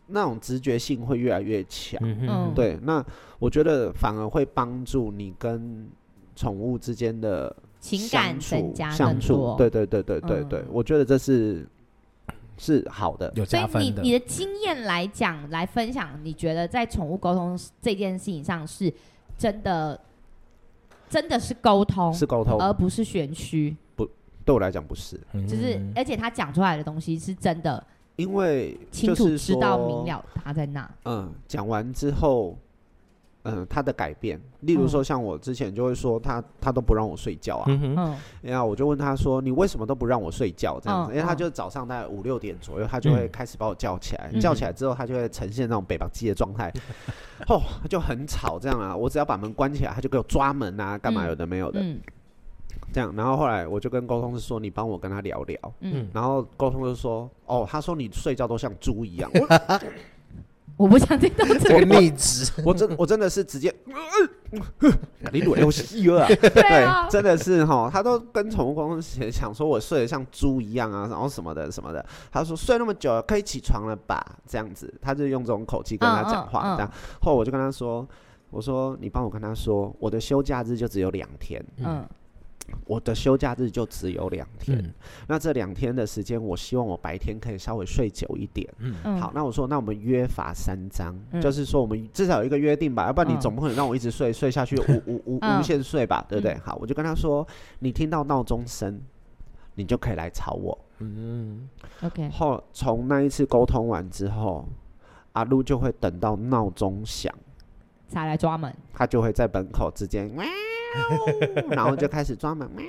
那种直觉性会越来越强。
嗯哼
嗯
对，那我觉得反而会帮助你跟宠物之间的
嗯情感
相处
增加
相
更
处
多。。
对对对对对对，
嗯
我觉得这是是好的。
有
所
加
以你
分的
你，的经验来讲来分享，你觉得在宠物沟通这件事情上是真的，真的是沟通，呃
是沟通，
而不是玄虚，
对我来讲不是，
就是
嗯
而且他讲出来的东西是真的
因为
清
就
楚
是
知道明
说，
了他在哪。
嗯，讲完之后，嗯，他的改变，例
嗯
如说像我之前就会说他他都不让我睡觉啊，
嗯哼
嗯
然后我就问他说：“你为什么都不让我睡觉？”这样子，
嗯
因为他
嗯
就早上大概五六点左右，他就会
嗯
开始把我叫起来。
嗯
叫起来之后，他就会呈现那种北巴鸡的状态，哦，就很吵这样啊。我只要把门关起来，他就给我抓门啊，干嘛
嗯
有的没有的、
嗯
这样。然后后来我就跟沟通师说：“你帮我跟他聊聊。”
嗯，
然后沟通就说：“哦，他说你睡觉都像猪一样。我”
我不想听到这
这
个
个。例子，
我真我真的是直接，呃你裸流吸了啊！
对啊，
[LAUGHS] 真的是哈，他都跟宠物沟通前想说我睡得像猪一样啊，然后什么的什么的。他说睡那么久了，可以起床了吧？这样子，他就用这种口气跟他讲
嗯嗯
话。
嗯
这样，后来我就跟他说。我说你帮我跟他说，我的休假日就只有两天，
嗯
我的休假日就只有两天。
嗯
那这两天的时间，我希望我白天可以稍微睡久一点。
嗯，
好，，那我说，那我们约法三章，
嗯
就是说我们至少有一个约定吧，要不然你
嗯
总不可能让我一直睡睡下去无无无
[LAUGHS] 嗯
无限睡吧，对不对？好，我就跟他说，你听到闹钟声，你就可以来吵我。
嗯
OK，
后从那一次沟通完之后，阿露就会等到闹钟响，
才来抓门。
他就会在门口直接
[LAUGHS]
喵，然后就开始抓门喵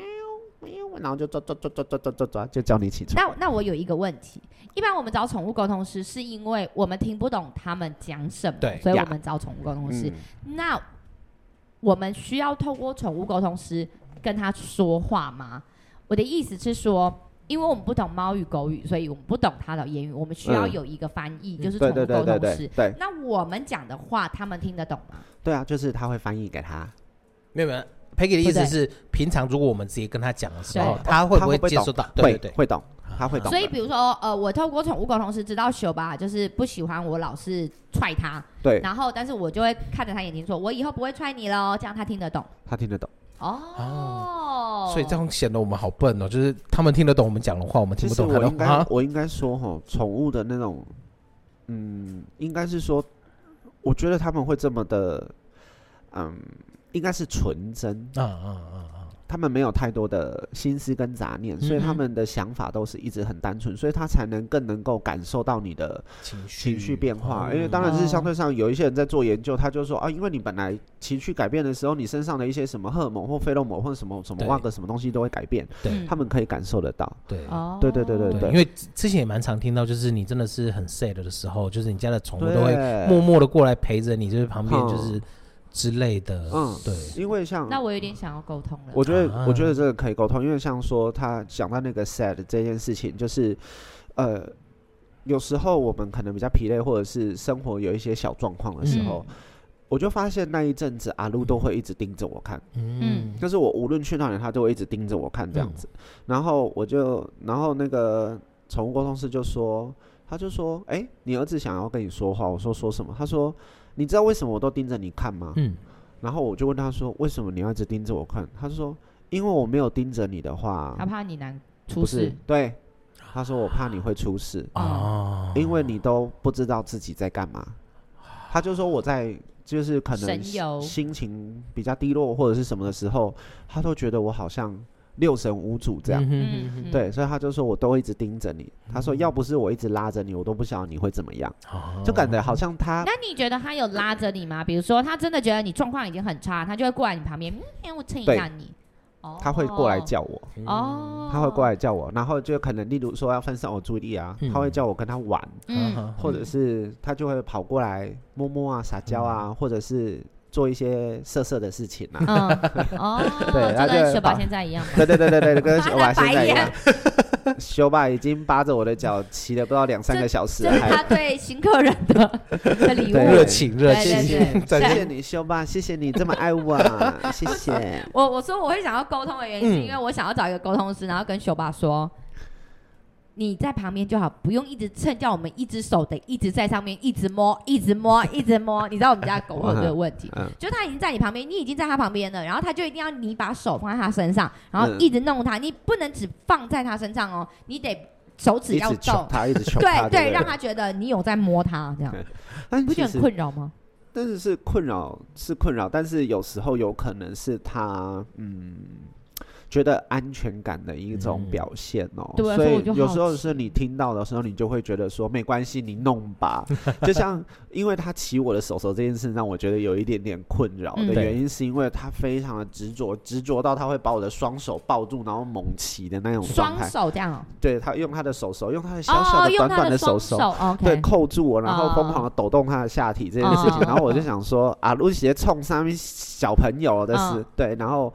喵，然后就抓抓抓抓抓抓抓抓，就叫你起床。
[LAUGHS] 那那我有一个问题，一般我们找宠物沟通师，是因为我们听不懂他们讲什么
对，
所以我
呀
们找宠物沟通师。
嗯，
那我们需要透过宠物沟通师跟他说话吗？我的意思是说，因为我们不懂猫语、狗语，所以我们不懂它的言语，我们需要
嗯
有一个翻译，就是宠
对
物
对
沟
对
通师。
对对对
那我们讲的话，他们听得懂吗？
对啊，就是他会翻译给他。
没有没有，Peggy 的意
对
思
不
是，平常如果我们直接跟他讲的时候，
对
他会
他
不
会
会
不会
接
懂
收到？
会
对对对，
会懂，它会懂
所以
的。
比如说，呃，我透过宠物沟通师知道修吧，就是不喜欢我老是踹它，
对，
然后但是我就会看着他眼睛说，我以后不会踹你喽，这样他听得懂。
它听得懂。
哦，
所以这样显得我们好笨哦，就是他们听得懂我们讲的话，我们
其
听不
实
懂他
我
的
应该、
话。
我应该说哈，宠物的那种，嗯，应该是说，我觉得他们会这么的，嗯，应该是纯真，
啊啊啊啊！
他们没有太多的心思跟杂念，所以他
嗯
们的想法都是一直很单纯，所以他才能更能够感受到你的
情绪
情绪变化。因为当
然
然是相
哦
对上有一些人在做研究，他就说啊，因为你本来情绪改变的时候，你身上的一些什么荷尔蒙或费洛蒙或什么什么
对
那个什么东西都会改变，
嗯
他们可以感受得到。
对
哦，
对对对对
对，因为之前也蛮常听到，就是你真的是很 sad 的时候，就是你家的宠物
对，
都会默默的过来陪着你，就是旁边
嗯
就是之类的，
嗯
对，
因为像
那我有点想要沟通了。
我觉得，
啊
我觉得这个可以沟通，因为像说他讲到那个 sad 这件事情，就是呃，有时候我们可能比较疲累，或者是生活有一些小状况的时
嗯
候，我就发现那一阵子阿露都会一直盯着我看，
嗯，
就是我无论去哪里，他都会一直盯着我看这样子。然后我就，然后那个宠物沟通师就说，他就说，哎、你儿子想要跟你说话，我说说什么？他说，你知道为什么我都盯着你看吗？
嗯，
然后我就问他说：“为什么你要一直盯着我看？”他说：“因为我没有盯着你的话，
他怕你难出
不是
事。嗯
对。”他说：“我怕你会出事，
哦，
因为你都不知道自己在干嘛。”他就说：“我在就是可能
神游
心情比较低落或者是什么的时候，他都觉得我好像六神无主这样。
嗯哼哼
嗯，嗯，
对，所以他就说我都会一直盯着你。他说要不是我一直拉着你，我都不晓得你会怎么样，
哦
就感觉好像他
那你觉得他有拉着你吗？比如说，他真的觉得你状况已经很差，他就会过来你旁边，嗯，哎我蹭一下你。哦，
他会过来叫我。
哦，
他会过来叫我，然后就可能例如说要分散我注意力啊，
嗯
他会叫我跟他玩，
嗯，嗯，
或者是他就会跑过来摸摸啊、撒娇啊，
嗯
或者是做一些色色的事情啊。
嗯，哦，
[LAUGHS] 对他
就跟
就
雪宝
把
现在一
[LAUGHS]
样。
对对对对对，跟
他的
我爸现
白
在一
眼
样。修爸已经扒着我的脚骑了不知道两三个小时
这
了，
是
还
他对新客人的 [LAUGHS] 的礼物。
对
热情热
对对对
情，
对
再见
谢谢你修爸，谢谢你这么爱我啊，谢谢。
我我说我会想要沟通的原因，是
嗯
因为我想要找一个沟通师，然后跟修爸说，你在旁边就好，不用一直蹭，叫我们一只手得一直在上面，一直摸，一直摸，一直摸。你知道我们家狗会有这个问题，
嗯
就它已经在你旁边，你已经在它旁边了，然后它就一定要你把手放在它身上，然后
嗯
一直弄它，你不能只放在它身上哦，你得手指
一
要
直
动
求，他，一直求他，
对
对
对，
不
让它觉得你有在摸它，这样
但
你不觉得很
其实，
困扰吗？
但是是困扰，是困扰，但是有时候有可能是他，嗯，觉得安全感的一种
嗯
表现哦、
对啊
所
所以
以
我就
有
好
时候
奇
是你听到的时候，你就会觉得说没关系，你弄
[LAUGHS]
吧。就像因为他骑我的手手这件事，让我觉得有一点点困扰
嗯
的
对
原因，是因为他非常的执着，执着到他会把我的双手抱住，然后猛骑的那种状
双
态。
手这样哦，
对他用他的手手，用他的小小
哦，
的
用
短
它
短
的双
手手
手。，OK，
对，扣住我，然后疯
哦
狂的抖动他的下体这件事情，
哦
然后我就想说 [LAUGHS] 啊，露西冲上面小朋友的事
嗯，
对，然后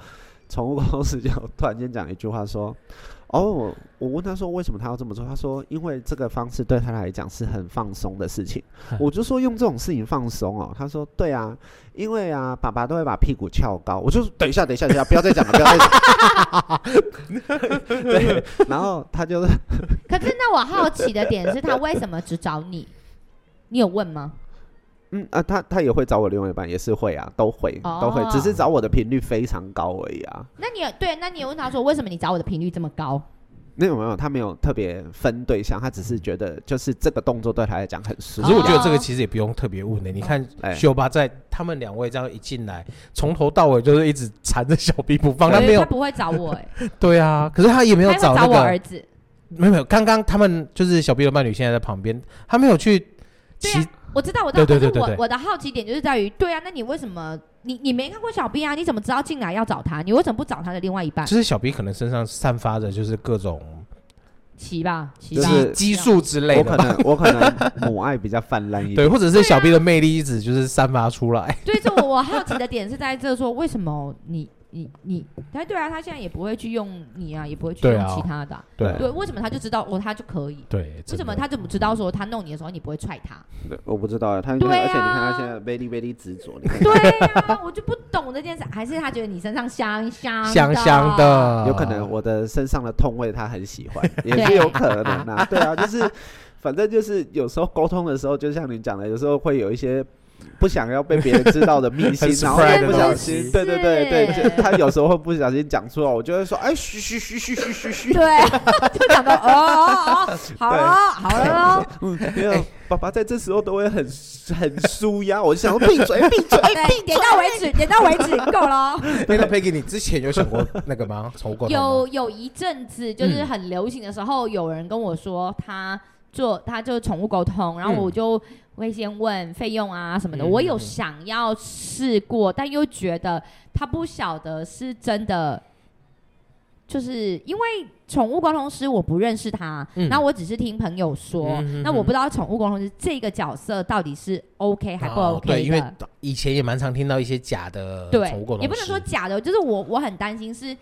宠物公司就突然间讲一句话说， [LAUGHS] 哦，我我问他说为什么他要这么做，他说因为这个方式对他来讲是很放松的事
[LAUGHS]
情，我就说用这种事情放松哦，他说对啊，因为啊，爸爸都会把屁股翘高，我就说等一下，等一下，等一下，不要再讲了，不要再讲了， [LAUGHS] 对，然后他就是
可是那我好奇的点是，他为什么只找
[LAUGHS]
你？你有问吗？
嗯啊，他他也会找我另外一半，也是会
哦
啊，都会、都会，只是找我的频率非常高而已啊。
那你有对，那你有问他说为什么你找我的频率这么高？
没有没有，他没有特别分对象，他只是觉得就是这个动作对他来讲很舒
可是
哦
服。
我觉得这个其实也不用特别问的，你看
哎
修巴在他们两位这样一进来，从头到尾就是一直缠着小屁股放，
所
他
以
没有
他不会找我、欸，
对啊，可是他也没有
他会
找那
找我
个
儿子。
没有没有，刚刚他们就是小 B 的伴侣现在在旁边，他没有去
对
骑
啊，我知道，我知道，
对
但
对
是
对对
我
对
我的好奇点就是在于，对啊，那你为什么你你没看过小 B 啊？你怎么知道进来要找他？你为什么不找他的另外一半
就？是小 B 可能身上散发着就是各种
奇吧，奇
就
激
吧，
是
激素之类
我
的
[LAUGHS]
可
吧，
能啊我可能母爱比较泛滥一
对，
点。
或者是小 B 的魅力一直就是散发出来。
对，这我我好奇的点是在这说，为什么你你你，哎，对啊，他现在也不会去用你啊，也不会去
对
用
啊
其他的啊、
对
对，为什么他就知道哦，他就可以？
对，
为什么他怎么知道说他弄你的时候你不会踹
[LAUGHS]
他？
我不知道啊，他应
对啊
该，而且你看他现在 very very 执着，你看
对呀、我就不懂这件事，还是他觉得你身上香香
香
的？
香的？
有可能我的身上的痛味他很
[LAUGHS]
喜欢，也是有可能啊。对啊，就是反正就是有时候沟通的时候，就像你讲的，有时候会有一些。不想要被别人知道
[LAUGHS]
的秘辛
很，
然后
surprise
不
的
小
东
心，
西
对对对对，
是
就是他有时候会不小心讲出来，我就会说，哎，嘘嘘嘘嘘嘘嘘嘘，
对，就讲到哦哦哦，好了哦好了
[LAUGHS]
哦，
嗯，没
哎
有，爸爸在这时候都会很很舒压，我就想说闭嘴
[LAUGHS]
闭嘴，
哎
对，点到为止，点到为止，够了哦。
[LAUGHS] 那个 Peggy，你之前有想过那个吗？宠物沟通吗
有有一阵子就是很流行的时候，有人跟我说他做他就宠物沟通，然后
嗯
我就会先问费用啊什么的。
嗯
我有
嗯
想要试过，但又觉得他不晓得是真的。就是因为宠物沟通师我不认识他，
嗯
那我只是听朋友说，
嗯嗯嗯
那我不知道宠物沟通师这个角色到底是 OK 还不
哦
OK 的。
对，因为以前也蛮常听到一些假呃的
对
宠物沟，通
也不能
师
说假的，就是我我很担心是。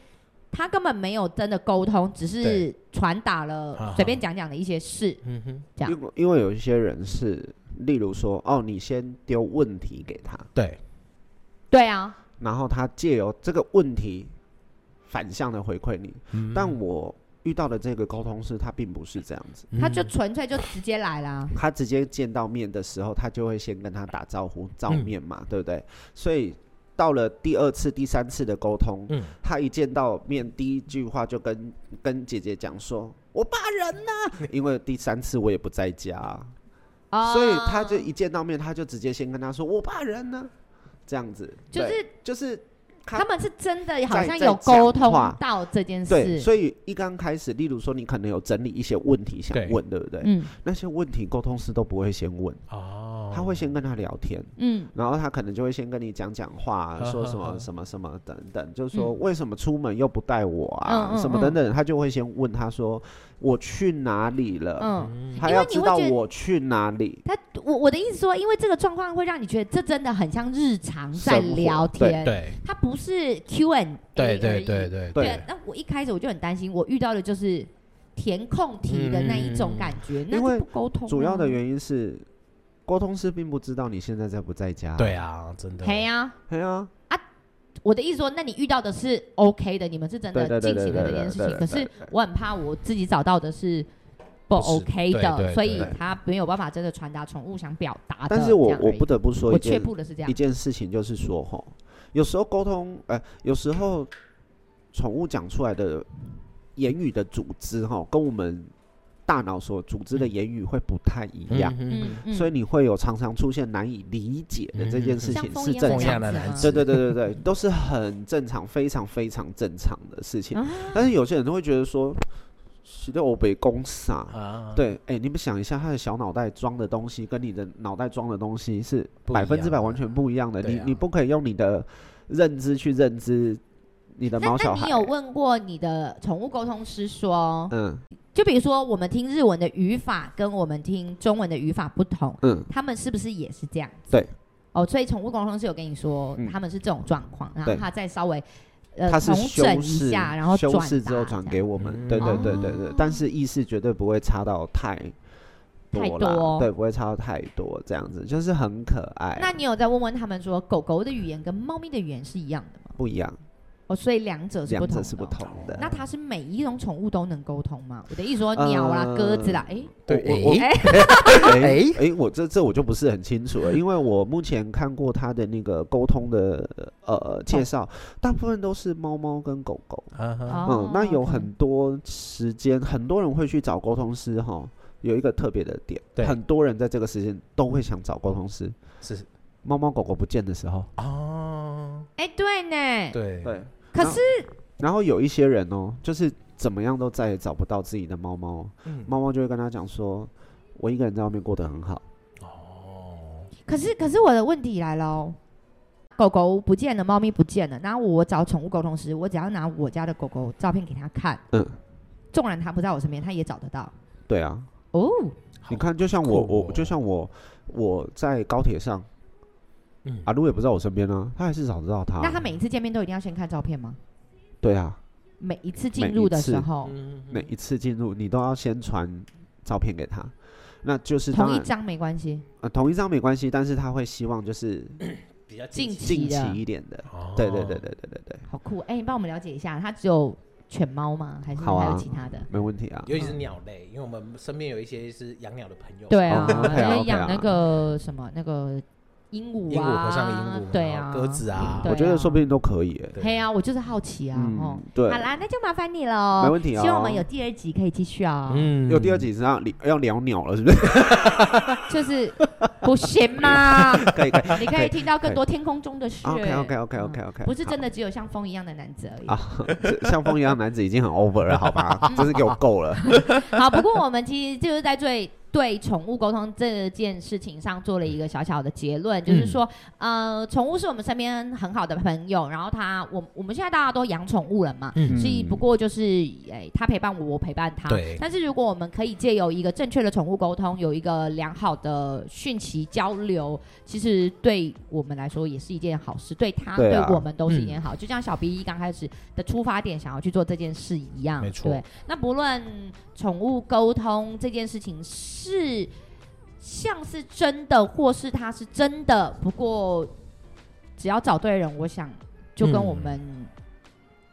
他根本没有真的沟通，只是
对
传达
哈
了
哈
随便讲讲的一些事。
嗯哼，
这样
因为因为有一些人是，例如说，哦，你先丢问题给他，
对，
对啊，
然后他借由这个问题反向的回馈你。但我遇到的这个沟通师，他并不是这样子，
他就纯粹就直接来啦。
他直接见到面的时候，他就会先跟他打招呼，照面嘛，对不对？所以到了第二次、第三次的沟通，
嗯
他一见到面，第一句话就跟跟姐姐讲说：“我爸人呢、因为第三次我也不在家啊、
哦
所以他就一见到面，他就直接先跟他说：“我爸人呢、这样子，
就
对
是
就是他
他们是真的好像
在
有沟
讲
通
话
到这件
对，
事。
所以一刚开始，例如说你可能有整理一些问题想
对
问，对不对？
嗯
那些问题沟通师都不会先问，
哦，
他会先跟他聊天。
嗯
然后他可能就会先跟你讲讲话，啊
呵
说什
呵
么
呵
什么什么等等，就是说
嗯
为什么出门又不带我啊，
嗯嗯
什么等等，他就会先问他说我去哪里了，
嗯，
他
因为
要
你
知
会
道
觉得
我去哪里。
他我我的意思说，因为这个状况会让你觉得这真的很像日常在
生活
聊
对
天，
对
他不是 Q&A
对对
而已
对对
对
对，啊那我一开始我就很担心，我遇到的就是填空题的那一种感觉，那
嗯因为
就不沟通、啊
主要的
因，
原因是沟通师并不知道你现在在不在家。
对，啊，真的
嘿呀、
哎呀，
啊我的意思说，那你遇到的是 OK 的，你们是真的
对对
进
对
行了
对
这
对
件事
对
情。
对
可
对
是我很怕我自己找到的是不
不是
OK
对对
的，
对
所以
对
他没有办法真的传达宠物想表达的。
但是我
这样而
我
已
不得不说
我
一
却
件
步的是这样
一，件事情，就是说吼，有时候沟通，呃，有时候宠物讲出来的言语的组织吼，跟我们大脑所组织的言语会不太一样，
嗯嗯，
所以你会有常常出现难以理解的这件事
像
情
风
是
一样
正
风一
常
样
的
的
样
男
子
子，
对对对对对，都是很正常、非常非常正常的事情。
啊
但是有些人都会觉得说，是在我被攻傻。
啊，
对，哎、你们想一下，他的小脑袋装的东西跟你的脑袋装的东西是
不一
百
样
分之百完全不一样的。
对
你
啊
你不可以用你的认知去认知你的
那
猫
那
小孩
你。有问过你的宠物沟通师说，
嗯
就比如说我们听日文的语法跟我们听中文的语法不同，
嗯，
他们是不是也是这样子？
对。
哦，所以宠物沟通师有跟你说
嗯
他们是这种状况，然后
对
他再稍微呃
它是
重
修
整一
饰，
下，然后
修
转
饰之后
达
转
这
给
样
我们。
嗯
对对对对对，
哦
但是意识绝对不会差到太
太
多啦，
多哦
对，不会差到太多，这样子就是很可爱啊。
那你有再问问他们说，狗狗的语言跟猫咪的语言是一样的吗？
不一样，
哦，所以两者是不
两
同
者
的。哦
是不同的。
那它是每一种宠物都能沟通吗？我的意思说，鸟啦、
呃
鸽子啦，诶，
对
我我
诶
哎哎，我这这我就不是很清楚了，因为我目前看过他的那个沟通的呃介绍，大部分都是猫猫跟狗狗。
啊哈
哦
嗯，那有
OK
很多时间，很多人会去找沟通师哈。有一个特别的点，
对
很多人在这个时间都会想找沟通师。
是
猫猫狗狗不见的时候，
哦，
诶，对呢。
对，
对。
可是
然后有一些人哦，就是怎么样都再也找不到自己的猫猫，
嗯
猫猫就会跟他讲说：“我一个人在外面过得很好。
哦，
可是，可是我的问题来喽，狗狗不见了，猫咪不见了，然后我找宠物沟通师，我只要拿我家的狗狗照片给他看，”
嗯，
纵然它不在我身边，它也找得到。
对啊，
哦，
你看，就像我，
酷哦
我就像我，我在高铁上，
嗯
阿露也不在我身边啊，他还是找得到他。
那他每一次见面都一定要先看照片吗？
对啊，
每一次进入的时候，
嗯
每一次进入你都要先传照片给他，那就是当
同一
然
张没关系，
呃同一张没关系，但是他会希望就是
比较
近期
近期
的，
一点的。
哦
对对对对对对对，
好酷！哎、你帮我们了解一下，它只有犬猫吗？还是
好啊
还有其他的？
没问题啊。
尤其是鸟类，因为我们身边有一些是养鸟的朋友，
对啊，
哦，OK 啊
要养
OK 啊
那个什么那个鹦鹉啊，
鹦鹉和尚的鹦鹉，
对
然
啊，
后鸽子啊，
对
我觉得说不定都可以欸。
对
嘿啊，我就是好奇啊，哦
嗯，，对
好，啦，那就麻烦你喽，
没问题哦
希望我们有第二集可以继续啊，
嗯
有第二集是要要聊鸟了，是 [LAUGHS] 不是？
就是不行吗？
[LAUGHS] 可以可以。
你可以听到更多天空中的事。
OK OK OK OK
嗯
OK，
不是真的只有像风一样的男子而已。
啊， [LAUGHS] 这像风一样的男子已经很 over 了，
[LAUGHS]
好吧？真是给我够了。
好，不过我们其实就是在对对宠物沟通这件事情上做了一个小小的结论，就是
嗯
说，呃，宠物是我们身边很好的朋友，然后它，我我们现在大家都养宠物了嘛。
嗯
所以不过就是，诶、它陪伴我，我陪伴它。
对
但是如果我们可以借由一个正确的宠物沟通，有一个良好的讯息交流，其实对我们来说也是一件好事，对它、
对啊
我们都是一
嗯
件好。就像小 B 一刚开始的出发点想要去做这件事一样，
没错
对，那不论宠物沟通这件事情是像是真的，或是它是真的，不过只要找对人，我想就跟
嗯
我们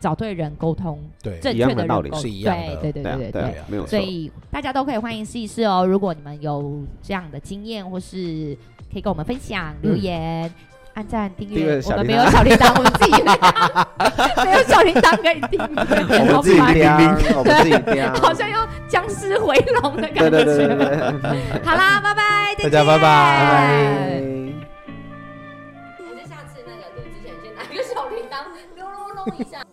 找对人沟通，
对
正
一
确
样
的
的
人
道
沟
理
通
是一样的
对对对
啊
对
对
对。
啊，没有错
所。以大家都可以欢迎试一试哦。如果你们有这样的经验，或是可以跟我们分享、留言、按赞、订
嗯订
阅
阅。
我
小
们
铃
没
铛
有小铃铛，我们自己有铃铛没有 [LAUGHS] 小铃铛可以订阅，
[LAUGHS] 我们自己
好烦
叼，我们自己叼。
[LAUGHS] 好像要僵尸回笼的
对
感
对对对
觉。
对。
好啦，拜拜，再
大家
见
拜拜
拜拜。
[LAUGHS] 还是下次那个录之前先拿一个小铃铛，隆隆隆一下。